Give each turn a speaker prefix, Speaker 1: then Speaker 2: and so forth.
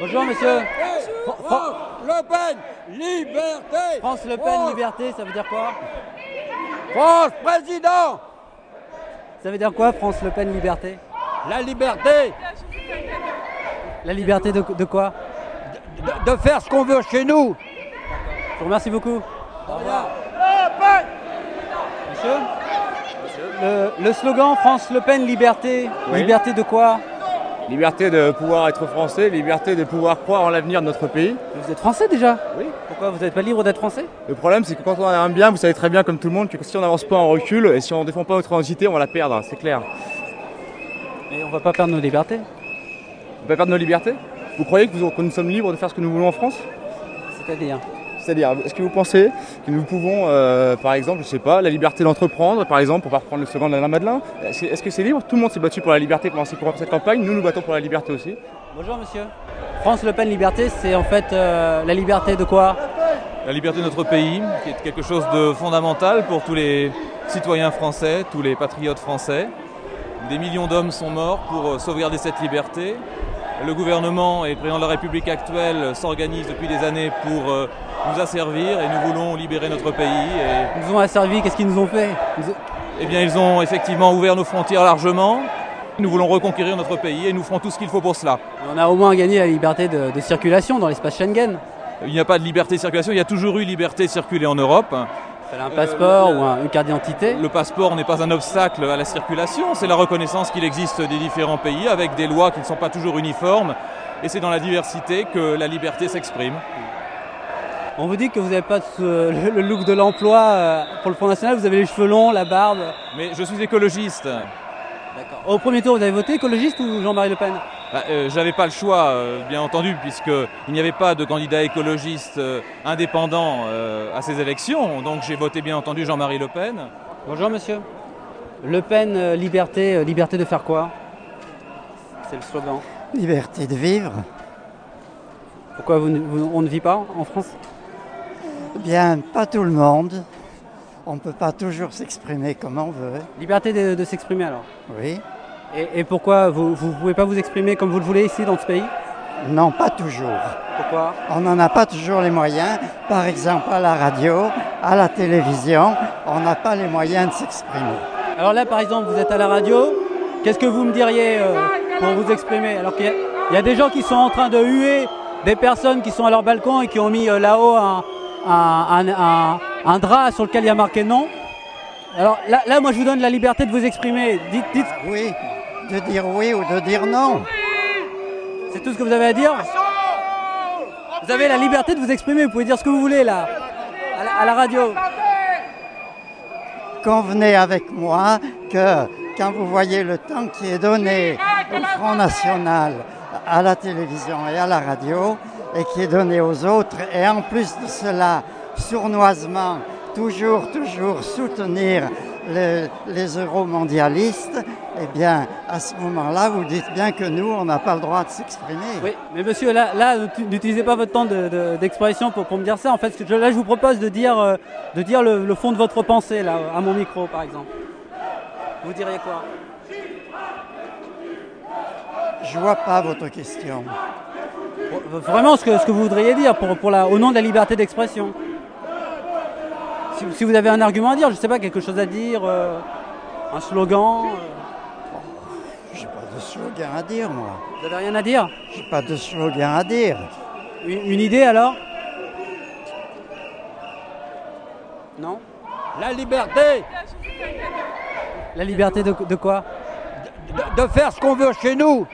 Speaker 1: Bonjour, monsieur.
Speaker 2: Bonjour.
Speaker 1: Fran- Fran-
Speaker 2: Le Pen, liberté.
Speaker 1: France Le Pen,
Speaker 2: France-
Speaker 1: liberté, ça veut dire quoi
Speaker 2: France, président.
Speaker 1: Ça veut dire quoi, France Le Pen, liberté
Speaker 2: La liberté
Speaker 1: La liberté de, de quoi
Speaker 2: de, de faire ce qu'on veut chez nous.
Speaker 1: Je vous remercie beaucoup.
Speaker 2: Au revoir.
Speaker 1: Monsieur le, le slogan France Le Pen, liberté.
Speaker 3: Oui.
Speaker 1: Liberté de quoi
Speaker 3: Liberté de pouvoir être français, liberté de pouvoir croire en l'avenir de notre pays.
Speaker 1: Vous êtes français déjà
Speaker 3: Oui.
Speaker 1: Pourquoi Vous n'êtes pas libre d'être français
Speaker 3: Le problème, c'est que quand on a un bien, vous savez très bien, comme tout le monde, que si on n'avance pas, on recule, et si on ne défend pas notre identité, on va la perdre, hein, c'est clair.
Speaker 1: Mais on va pas perdre nos libertés.
Speaker 3: On va perdre nos libertés Vous croyez que, vous- que nous sommes libres de faire ce que nous voulons en France
Speaker 1: C'est-à-dire
Speaker 3: C'est-à-dire, est-ce que vous pensez que nous pouvons, euh, par exemple, je sais pas, la liberté d'entreprendre, par exemple, pour pas reprendre le slogan de la Madeleine Est-ce que- est-ce que c'est libre Tout le monde s'est battu pour la liberté pendant ces- pour cette campagne, nous nous battons pour la liberté aussi.
Speaker 1: Bonjour, monsieur. France Le Pen, liberté, c'est en fait euh, la liberté de quoi
Speaker 4: La liberté de notre pays, qui est quelque chose de fondamental pour tous les citoyens français, tous les patriotes français. Des millions d'hommes sont morts pour euh, sauvegarder cette liberté. Le gouvernement et le président de la République actuelle euh, s'organisent depuis des années pour euh, nous asservir et nous voulons libérer notre pays. Et,
Speaker 1: Ils nous ont asservi, qu'est-ce qu'ils nous ont fait Ils nous ont-
Speaker 4: eh bien, ils ont effectivement ouvert nos frontières largement. Nous voulons reconquérir notre pays et nous ferons tout ce qu'il faut pour cela.
Speaker 1: On a au moins gagné la liberté de, de circulation dans l'espace Schengen.
Speaker 4: Il n'y a pas de liberté de circulation, il y a toujours eu liberté de circuler en Europe.
Speaker 1: Il fallait un passeport
Speaker 4: le-
Speaker 1: ou un- une carte d'identité.
Speaker 4: Le passeport n'est pas un obstacle à la circulation, c'est la reconnaissance qu'il existe des différents pays avec des lois qui ne sont pas toujours uniformes. Et c'est dans la diversité que la liberté s'exprime.
Speaker 1: On vous dit que vous n'avez pas ce- le, le look de l'emploi euh, pour le Front National, vous avez les cheveux longs, la barbe.
Speaker 4: Mais je suis écologiste.
Speaker 1: Au premier tour, vous avez voté écologiste ou Jean-Marie Le Pen
Speaker 4: Bah, euh, J'avais pas le choix, euh, bien entendu, puisqu'il n'y avait pas de candidat écologiste euh, indépendant euh, à ces élections. Donc j'ai voté, bien entendu, Jean-Marie Le Pen.
Speaker 1: Bonjour monsieur. Le Pen, euh, liberté, euh, liberté de faire quoi C'est le slogan.
Speaker 5: Liberté de vivre.
Speaker 1: Pourquoi vous ne- vous- on ne vit pas en France
Speaker 5: Eh Bien, pas tout le monde. On ne peut pas toujours s'exprimer comme on veut.
Speaker 1: Liberté de, de s'exprimer alors.
Speaker 5: Oui.
Speaker 1: Et, et pourquoi vous ne pouvez pas vous exprimer comme vous le voulez ici dans ce pays
Speaker 5: Non, pas toujours.
Speaker 1: Pourquoi
Speaker 5: On n'en a pas toujours les moyens. Par exemple, à la radio, à la télévision, on n'a pas les moyens de s'exprimer.
Speaker 1: Alors là, par exemple, vous êtes à la radio. Qu'est-ce que vous me diriez euh, pour vous exprimer Alors qu'il y, a- il y a des gens qui sont en train de huer des personnes qui sont à leur balcon et qui ont mis euh, là-haut un, un- un- un- un drap sur lequel il y a marqué non. Alors là, là, moi, je vous donne la liberté de vous exprimer. Dites, dites,
Speaker 5: Ah Oui, de dire oui ou de dire non.
Speaker 1: c'est tout ce que vous avez à dire. Vous avez la liberté de vous exprimer. Vous pouvez dire ce que vous voulez là, à la, à la radio.
Speaker 5: Convenez avec moi que quand vous voyez le temps qui est donné au Front National, à la télévision et à la radio, et qui est donné aux autres, et en plus de cela, sournoisement, toujours, toujours soutenir le- les euromondialistes, eh bien, à ce moment-là, vous dites bien que nous, on n'a pas le droit de s'exprimer.
Speaker 1: Oui, mais monsieur, là, là n'uti- n'utilisez pas votre temps de- de- d'expression pour, pour me dire ça. En fait, ce que je- là, je vous propose de dire, euh, de dire le, le fond de votre pensée, là, à mon micro, par exemple. Vous diriez quoi
Speaker 5: Je vois pas votre question.
Speaker 1: Euh, Vraiment ce que, ce que vous voudriez dire pour, pour la, au nom de la liberté d'expression. Si, si vous avez un argument à dire, je sais pas, quelque chose à dire, euh, un slogan, euh,
Speaker 5: J'ai pas de slogan à dire, moi.
Speaker 1: vous avez rien à dire
Speaker 5: J'ai pas de slogan à dire.
Speaker 1: une, une idée alors Non
Speaker 2: La liberté
Speaker 1: La liberté de, de quoi
Speaker 2: de, de faire ce qu'on veut chez nous.